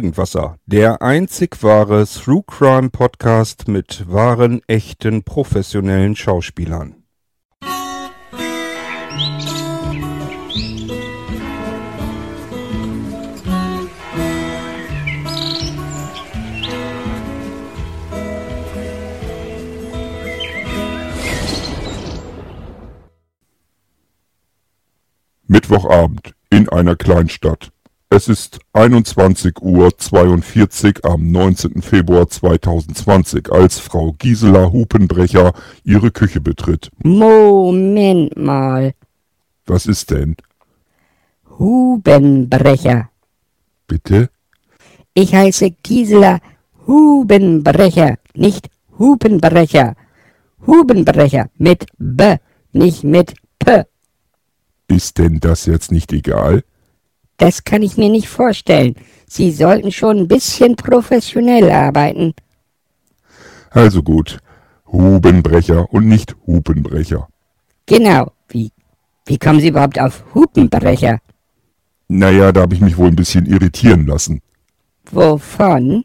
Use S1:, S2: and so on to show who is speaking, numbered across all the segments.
S1: Irgendwasser, der einzig wahre True Crime Podcast mit wahren, echten, professionellen Schauspielern.
S2: Mittwochabend in einer Kleinstadt. Es ist 21.42 Uhr am 19. Februar 2020, als Frau Gisela Hupenbrecher ihre Küche betritt.
S3: Moment mal.
S2: Was ist denn?
S3: Hubenbrecher.
S2: Bitte?
S3: Ich heiße Gisela Hubenbrecher, nicht Hupenbrecher. Hubenbrecher mit B, nicht mit P.
S2: Ist denn das jetzt nicht egal?
S3: Das kann ich mir nicht vorstellen. Sie sollten schon ein bisschen professionell arbeiten.
S2: Also gut. Hubenbrecher und nicht Hupenbrecher.
S3: Genau. Wie, wie kommen Sie überhaupt auf Hupenbrecher?
S2: Naja, da habe ich mich wohl ein bisschen irritieren lassen.
S3: Wovon?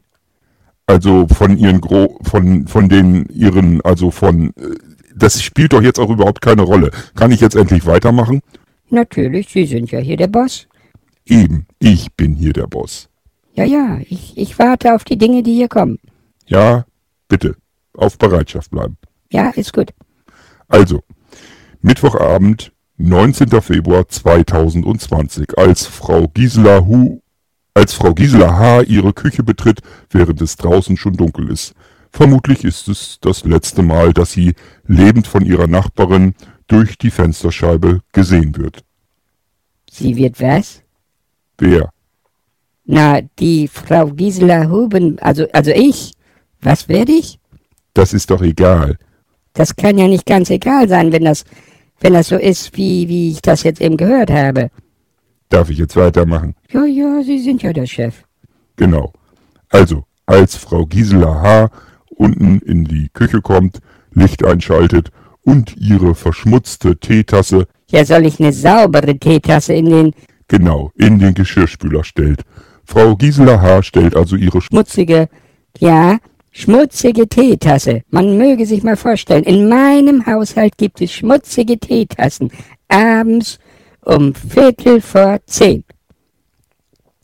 S2: Also von ihren Gro von von den ihren also von äh, das spielt doch jetzt auch überhaupt keine Rolle. Kann ich jetzt endlich weitermachen?
S3: Natürlich, Sie sind ja hier der Boss.
S2: Eben, ich bin hier der Boss.
S3: Ja, ja, ich, ich warte auf die Dinge, die hier kommen.
S2: Ja, bitte, auf Bereitschaft bleiben.
S3: Ja, ist gut.
S2: Also, Mittwochabend, 19. Februar 2020, als Frau Gisela Hu, als Frau Gisela H. ihre Küche betritt, während es draußen schon dunkel ist. Vermutlich ist es das letzte Mal, dass sie lebend von ihrer Nachbarin durch die Fensterscheibe gesehen wird.
S3: Sie wird was?
S2: Wer?
S3: Na, die Frau Gisela Huben, also, also ich. Was werde ich?
S2: Das ist doch egal.
S3: Das kann ja nicht ganz egal sein, wenn das, wenn das so ist, wie, wie ich das jetzt eben gehört habe.
S2: Darf ich jetzt weitermachen?
S3: Ja, ja, Sie sind ja der Chef.
S2: Genau. Also, als Frau Gisela H. unten in die Küche kommt, Licht einschaltet und ihre verschmutzte Teetasse
S3: Ja, soll ich eine saubere Teetasse in den
S2: genau in den Geschirrspüler stellt. Frau Gisela H. stellt also ihre Schmutz
S3: schmutzige, ja, schmutzige Teetasse. Man möge sich mal vorstellen, in meinem Haushalt gibt es schmutzige Teetassen. Abends um Viertel vor zehn.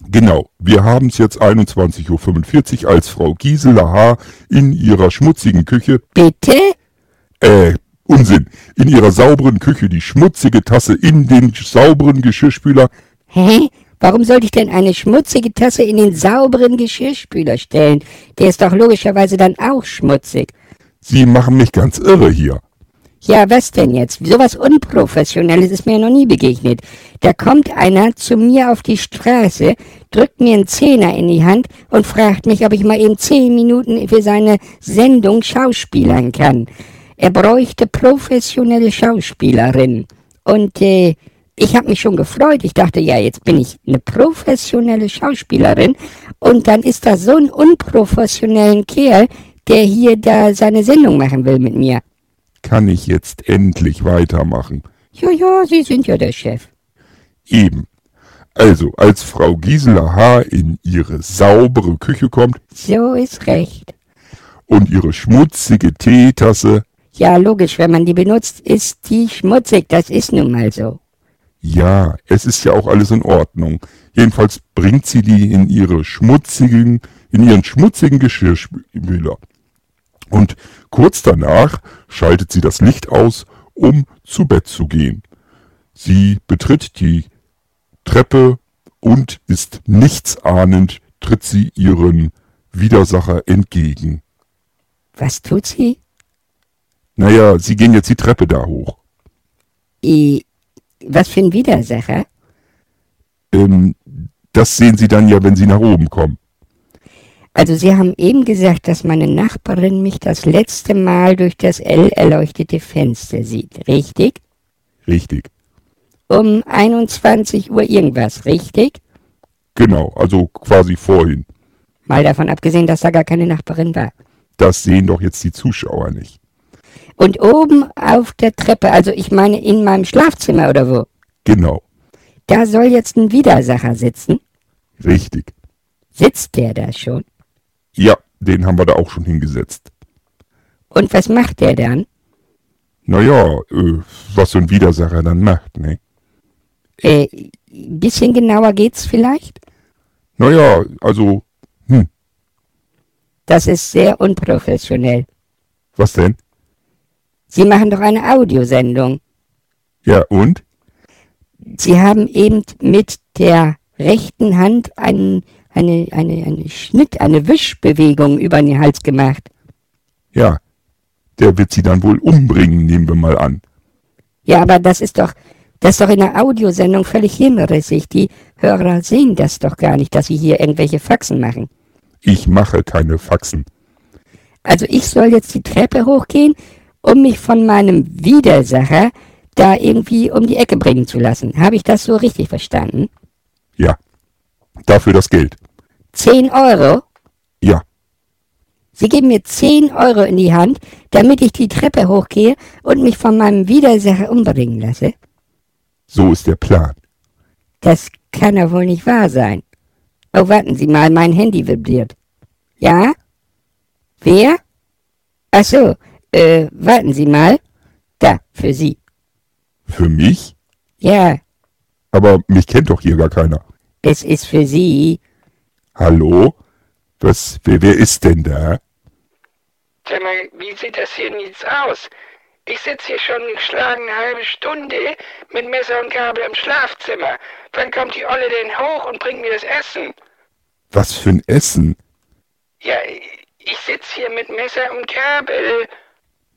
S2: genau, wir haben es jetzt 21.45 Uhr, als Frau Gisela H. in ihrer schmutzigen Küche,
S3: Bitte?
S2: äh, Unsinn, in ihrer sauberen Küche die schmutzige Tasse in den sauberen Geschirrspüler
S3: Hä? Warum sollte ich denn eine schmutzige Tasse in den sauberen Geschirrspüler stellen? Der ist doch logischerweise dann auch schmutzig.
S2: Sie machen mich ganz irre hier.
S3: Ja, was denn jetzt? Sowas Unprofessionelles ist mir noch nie begegnet. Da kommt einer zu mir auf die Straße, drückt mir einen Zehner in die Hand und fragt mich, ob ich mal eben zehn Minuten für seine Sendung schauspielern kann. Er bräuchte professionelle Schauspielerin. Und äh, ich habe mich schon gefreut. Ich dachte, ja, jetzt bin ich eine professionelle Schauspielerin. Und dann ist da so ein unprofessionellen Kerl, der hier da seine Sendung machen will mit mir.
S2: Kann ich jetzt endlich weitermachen?
S3: Ja, ja, Sie sind ja der Chef.
S2: Eben. Also, als Frau Gisela H. in ihre saubere Küche kommt
S3: So ist recht.
S2: und ihre schmutzige Teetasse,
S3: Ja, logisch, wenn man die benutzt, ist die schmutzig. Das ist nun mal so.
S2: ja, es ist ja auch alles in Ordnung. Jedenfalls bringt sie die in ihre schmutzigen, in ihren schmutzigen Geschirrspüler. Und kurz danach schaltet sie das Licht aus, um zu Bett zu gehen. Sie betritt die Treppe und ist nichtsahnend, tritt sie ihren Widersacher entgegen.
S3: Was tut sie?
S2: Naja, sie gehen jetzt die Treppe da hoch.
S3: I, was für ein Widersacher?
S2: Ähm, das sehen sie dann ja, wenn sie nach oben kommen.
S3: Also Sie haben eben gesagt, dass meine Nachbarin mich das letzte Mal durch das hell erleuchtete Fenster sieht, richtig?
S2: Richtig.
S3: Um 21 Uhr irgendwas, richtig?
S2: Genau, also quasi vorhin.
S3: Mal davon abgesehen, dass da gar keine Nachbarin war.
S2: Das sehen doch jetzt die Zuschauer nicht.
S3: Und oben auf der Treppe, also ich meine in meinem Schlafzimmer oder wo,
S2: Genau,
S3: da soll jetzt ein Widersacher sitzen?
S2: richtig.
S3: Sitzt der da schon?
S2: Ja, den haben wir da auch schon hingesetzt.
S3: Und was macht der dann?
S2: Naja, äh, was so ein Widersacher dann macht, ne?
S3: Äh, ein bisschen genauer geht's vielleicht?
S2: Naja, also, hm,
S3: Das ist sehr unprofessionell.
S2: was denn?
S3: Sie machen doch eine Audiosendung.
S2: Ja, und?
S3: Sie haben eben mit der rechten Hand einen, eine, eine, eine Schnitt, eine Wischbewegung über den Hals gemacht.
S2: Ja, der wird sie dann wohl umbringen, nehmen wir mal an.
S3: Ja, aber das ist doch, das ist doch in einer Audiosendung völlig hirnrissig. Die Hörer sehen das doch gar nicht, dass sie hier irgendwelche Faxen machen.
S2: Ich mache keine Faxen.
S3: Also ich soll jetzt die Treppe hochgehen, um mich von meinem Widersacher da irgendwie um die Ecke bringen zu lassen. Habe ich das so richtig verstanden?
S2: Ja, dafür das Geld.
S3: Zehn Euro?
S2: Ja,
S3: Sie geben mir 10 Euro in die Hand, damit ich die Treppe hochgehe und mich von meinem Widersacher umbringen lasse?
S2: so ist der Plan.
S3: Das kann doch wohl nicht wahr sein. Oh, warten Sie mal, mein Handy vibriert. Ja? Wer? Ach so, äh, warten Sie mal. Da, für Sie.
S2: Für mich?
S3: Ja,
S2: Aber mich kennt doch hier gar keiner.
S3: es ist für Sie.
S2: Hallo? Was, wer, wer ist denn da?
S4: Sag mal, wie sieht das hier jetzt aus? Ich sitze hier schon geschlagen eine halbe Stunde mit Messer und Gabel im Schlafzimmer. Wann kommt die Olle denn hoch und bringt mir das Essen?
S2: Was für ein Essen?
S4: Ja, ich sitze hier mit Messer und Gabel.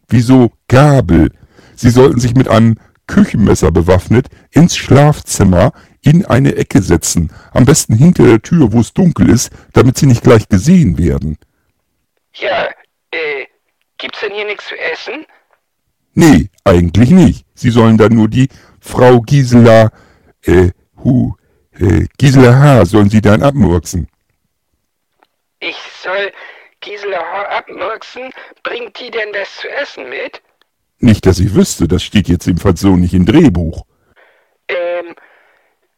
S2: Wieso Gabel? Sie sollten sich mit einem Küchenmesser bewaffnet ins Schlafzimmer in eine Ecke setzen, am besten hinter der Tür, wo es dunkel ist, damit sie nicht gleich gesehen werden.
S4: Ja, äh, gibt's denn hier nichts zu essen?
S2: Nee, eigentlich nicht. Sie sollen dann nur die Frau Gisela, äh, hu, äh, Gisela H. sollen sie dann abmurksen.
S4: Ich soll Gisela Hor abmurksen. Bringt die denn was zu essen mit?
S2: Nicht, dass ich wüsste, das steht jetzt jedenfalls so nicht im Drehbuch.
S4: Ähm,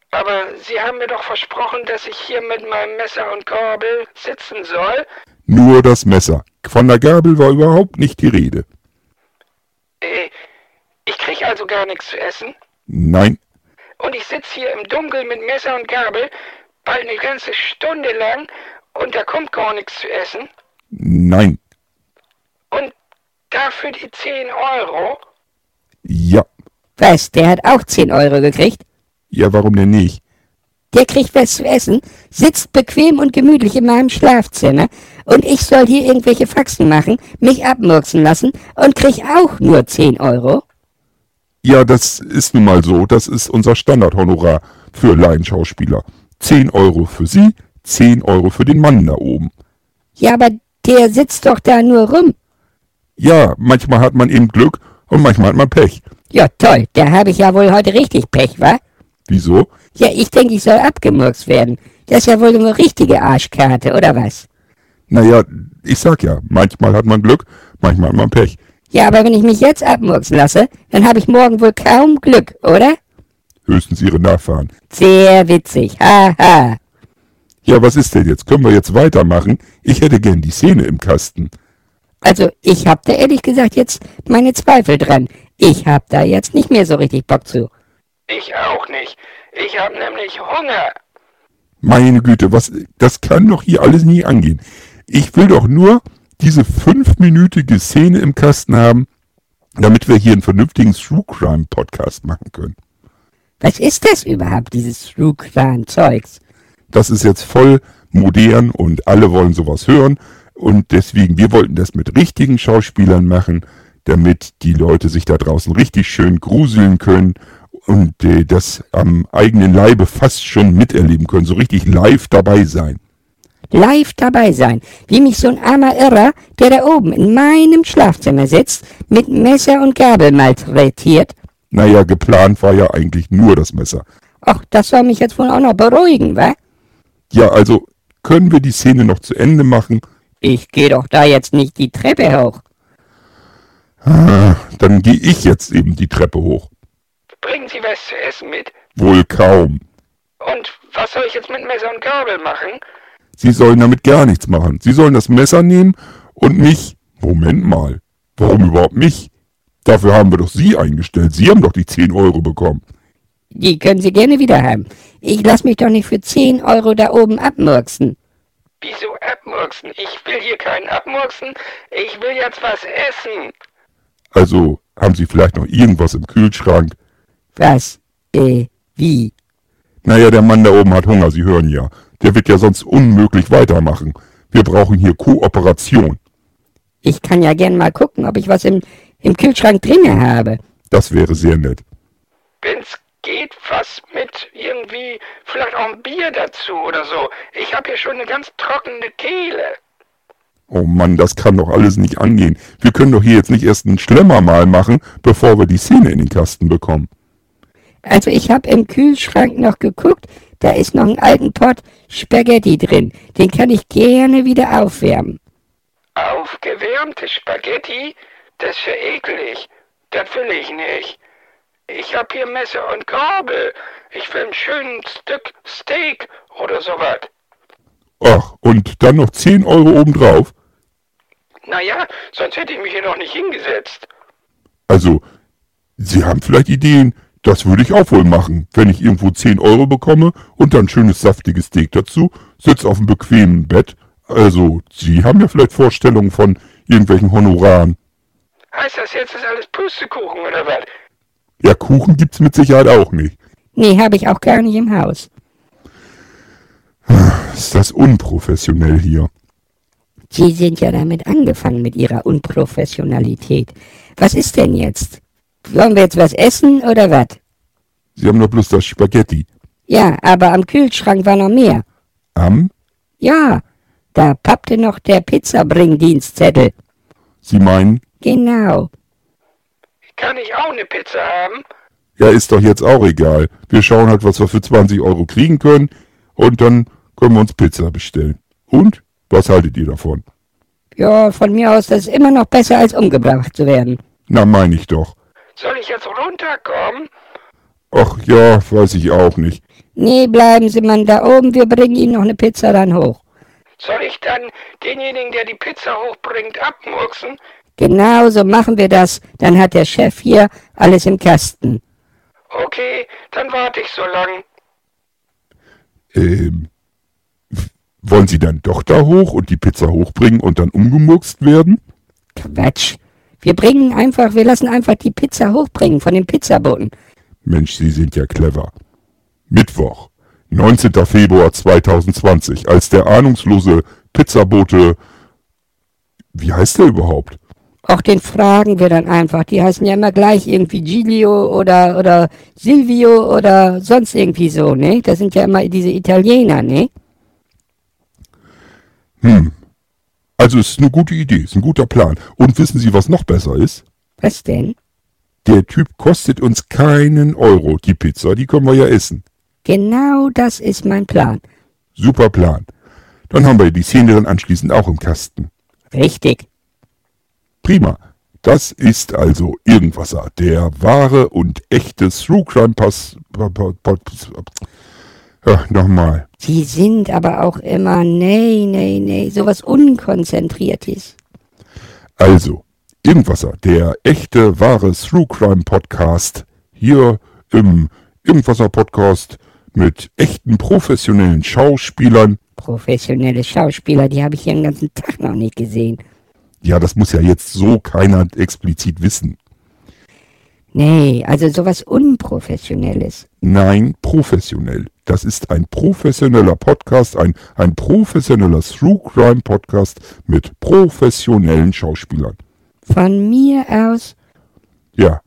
S4: aber Sie haben mir doch versprochen, dass ich hier mit meinem Messer und Gabel sitzen soll.
S2: Nur das Messer. Von der Gabel war überhaupt nicht die Rede.
S4: Äh, Ich krieg also gar nichts zu essen.
S2: Nein,
S4: Und ich sitz hier im Dunkeln mit Messer und Gabel, bald eine ganze Stunde lang, und da kommt gar nichts zu essen.
S2: nein,
S4: Und dafür die 10 Euro.
S2: ja.
S3: Was, der hat auch 10 Euro gekriegt?
S2: Ja, warum denn nicht?
S3: Der kriegt was zu essen, sitzt bequem und gemütlich in meinem Schlafzimmer und ich soll hier irgendwelche Faxen machen, mich abmurksen lassen und krieg auch nur 10 Euro.
S2: Ja, das ist nun mal so. Das ist unser Standardhonorar für Laienschauspieler. 10 Euro für Sie, 10 Euro für den Mann da oben.
S3: Ja, aber der sitzt doch da nur rum.
S2: Ja, manchmal hat man eben Glück und manchmal hat man Pech.
S3: Ja, toll, da habe ich ja wohl heute richtig Pech, wa?
S2: Wieso?
S3: Ja, ich denke, ich soll abgemurkst werden. Das ist ja wohl eine richtige Arschkarte, oder was?
S2: Naja, ich sag ja, manchmal hat man Glück, manchmal hat man Pech.
S3: Ja, aber wenn ich mich jetzt abmurksen lasse, dann habe ich morgen wohl kaum Glück, oder?
S2: Höchstens Ihre Nachfahren.
S3: Sehr witzig, haha.
S2: Ja, was ist denn jetzt? Können wir jetzt weitermachen? Ich hätte gern die Szene im Kasten.
S3: Also, ich hab da ehrlich gesagt jetzt meine Zweifel dran. Ich hab da jetzt nicht mehr so richtig Bock zu.
S4: Ich auch nicht. Ich hab nämlich Hunger.
S2: Meine Güte, was, das kann doch hier alles nie angehen. Ich will doch nur diese fünfminütige Szene im Kasten haben, damit wir hier einen vernünftigen True Crime Podcast machen können.
S3: Was ist das überhaupt, dieses True Crime Zeugs?
S2: Das ist jetzt voll modern und alle wollen sowas hören und deswegen, wir wollten das mit richtigen Schauspielern machen, damit die Leute sich da draußen richtig schön gruseln können und äh, das am eigenen Leibe fast schon miterleben können, so richtig live dabei sein.
S3: Live dabei sein, wie mich so ein armer Irrer, der da oben in meinem Schlafzimmer sitzt, mit Messer und Gabel malträtiert.
S2: Naja, geplant war ja eigentlich nur das Messer.
S3: Och, das soll mich jetzt wohl auch noch beruhigen, wa?
S2: Ja, also können wir die Szene noch zu Ende machen?
S3: Ich geh doch da jetzt nicht die Treppe hoch.
S2: Ah, dann gehe ich jetzt eben die Treppe hoch.
S4: Bringen Sie was zu essen mit.
S2: Wohl kaum.
S4: Und was soll ich jetzt mit Messer und Gabel machen?
S2: Sie sollen damit gar nichts machen. Sie sollen das Messer nehmen und mich. Moment mal. Warum überhaupt mich? Dafür haben wir doch Sie eingestellt. Sie haben doch die 10 Euro bekommen.
S3: Die können Sie gerne wieder haben. Ich lasse mich doch nicht für 10 Euro da oben abmurksen.
S4: Wieso abmurksen? Ich will hier keinen abmurksen. Ich will jetzt was essen.
S2: Also haben Sie vielleicht noch irgendwas im Kühlschrank?
S3: Was? Äh, wie?
S2: Naja, der Mann da oben hat Hunger, Sie hören ja. Der wird ja sonst unmöglich weitermachen. Wir brauchen hier Kooperation.
S3: Ich kann ja gern mal gucken, ob ich was im, im Kühlschrank drinne habe.
S2: Das wäre sehr nett.
S4: Wenn's geht, was mit irgendwie vielleicht auch ein Bier dazu oder so. Ich habe hier schon eine ganz trockene Kehle.
S2: Oh Mann, das kann doch alles nicht angehen. Wir können doch hier jetzt nicht erst einen Schlemmer mal machen, bevor wir die Szene in den Kasten bekommen.
S3: Also ich habe im Kühlschrank noch geguckt, da ist noch ein alten Pott Spaghetti drin. Den kann ich gerne wieder aufwärmen.
S4: Aufgewärmte Spaghetti? Das ist ja eklig. Das will ich nicht. Ich hab hier Messer und Gabel. Ich will ein schönes Stück Steak oder sowas.
S2: Ach, und dann noch 10 Euro obendrauf?
S4: Naja, sonst hätte ich mich hier noch nicht hingesetzt.
S2: Also, Sie haben vielleicht Ideen. Das würde ich auch wohl machen, wenn ich irgendwo 10 Euro bekomme und dann schönes saftiges Steak dazu, sitz auf einem bequemen Bett. Also, Sie haben ja vielleicht Vorstellungen von irgendwelchen Honoraren.
S4: Heißt das jetzt, ist alles Pustekuchen oder was?
S2: Ja, Kuchen gibt's mit Sicherheit auch nicht.
S3: Nee, habe ich auch gar nicht im Haus.
S2: Ist das unprofessionell hier?
S3: Sie sind ja damit angefangen mit ihrer Unprofessionalität. Was ist denn jetzt? Wollen wir jetzt was essen oder was?
S2: Sie haben doch bloß das Spaghetti.
S3: Ja, aber am Kühlschrank war noch mehr.
S2: Am?
S3: Ja, da pappte noch der Pizzabringdienstzettel.
S2: Sie meinen?
S3: Genau.
S4: Kann ich auch eine Pizza haben?
S2: Ja, ist doch jetzt auch egal. Wir schauen halt, was wir für 20 Euro kriegen können und dann können wir uns Pizza bestellen. Und? Was haltet ihr davon?
S3: Ja, von mir aus, das ist immer noch besser, als umgebracht zu werden.
S2: Na, meine ich doch.
S4: Soll ich jetzt runterkommen?
S2: Ach ja, weiß ich auch nicht.
S3: Nee, bleiben Sie mal da oben, wir bringen Ihnen noch eine Pizza dann hoch.
S4: Soll ich dann denjenigen, der die Pizza hochbringt, abmurksen?
S3: Genau so machen wir das, dann hat der Chef hier alles im Kasten.
S4: Okay, dann warte ich so lang.
S2: Ähm, wollen Sie dann doch da hoch und die Pizza hochbringen und dann umgemurkst werden?
S3: Quatsch. Wir bringen einfach, wir lassen einfach die Pizza hochbringen von dem Pizzaboten.
S2: Mensch, Sie sind ja clever. Mittwoch, 19. Februar 2020, als der ahnungslose Pizzabote. Wie heißt der überhaupt?
S3: Auch den fragen wir dann einfach. Die heißen ja immer gleich irgendwie Giglio oder, oder Silvio oder sonst irgendwie so, ne? Das sind ja immer diese Italiener, ne?
S2: Also, es ist eine gute Idee, es ist ein guter Plan. Und wissen Sie, was noch besser ist?
S3: Was denn?
S2: Der Typ kostet uns keinen Euro. Die Pizza, die können wir ja essen.
S3: Genau das ist mein Plan.
S2: Super Plan. Dann haben wir die Szene dann anschließend auch im Kasten.
S3: Richtig.
S2: Prima. Das ist also Irgendwasser, der wahre und echte True Crime Pass. Pa- pa- pa- Ja, nochmal.
S3: Sie sind aber auch immer, nee, nee, nee, sowas Unkonzentriertes.
S2: Also, Irgendwasser, der echte, wahre True Crime Podcast hier im Irgendwasser Podcast mit echten professionellen Schauspielern.
S3: Professionelle Schauspieler, die habe ich hier den ganzen Tag noch nicht gesehen.
S2: Ja, das muss ja jetzt so keiner explizit wissen.
S3: Nee, also sowas Unprofessionelles.
S2: Nein, professionell. Das ist ein professioneller Podcast, ein, ein professioneller True Crime Podcast mit professionellen Schauspielern.
S3: Von mir aus,
S2: Ja.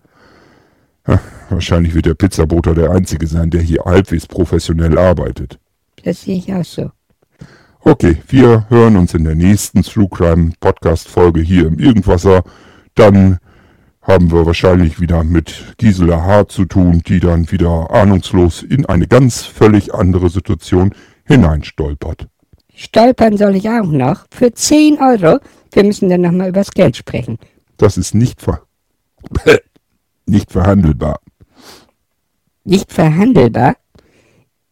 S2: Ha, Wahrscheinlich wird der Pizzaboter der Einzige sein, der hier halbwegs professionell arbeitet.
S3: das sehe ich auch so.
S2: Okay, wir hören uns in der nächsten True Crime Podcast Folge hier im Irgendwasser. Dann haben wir wahrscheinlich wieder mit Gisela H. zu tun, die dann wieder ahnungslos in eine ganz völlig andere Situation hineinstolpert.
S3: Stolpern soll ich auch noch. Für 10 Euro. Wir müssen dann nochmal übers Geld sprechen.
S2: Das ist nicht, ver nicht verhandelbar.
S3: Nicht verhandelbar?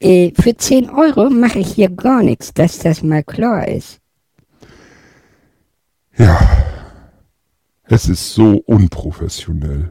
S3: Äh, für 10 Euro mache ich hier gar nichts, dass das mal klar ist.
S2: Ja, es ist so unprofessionell.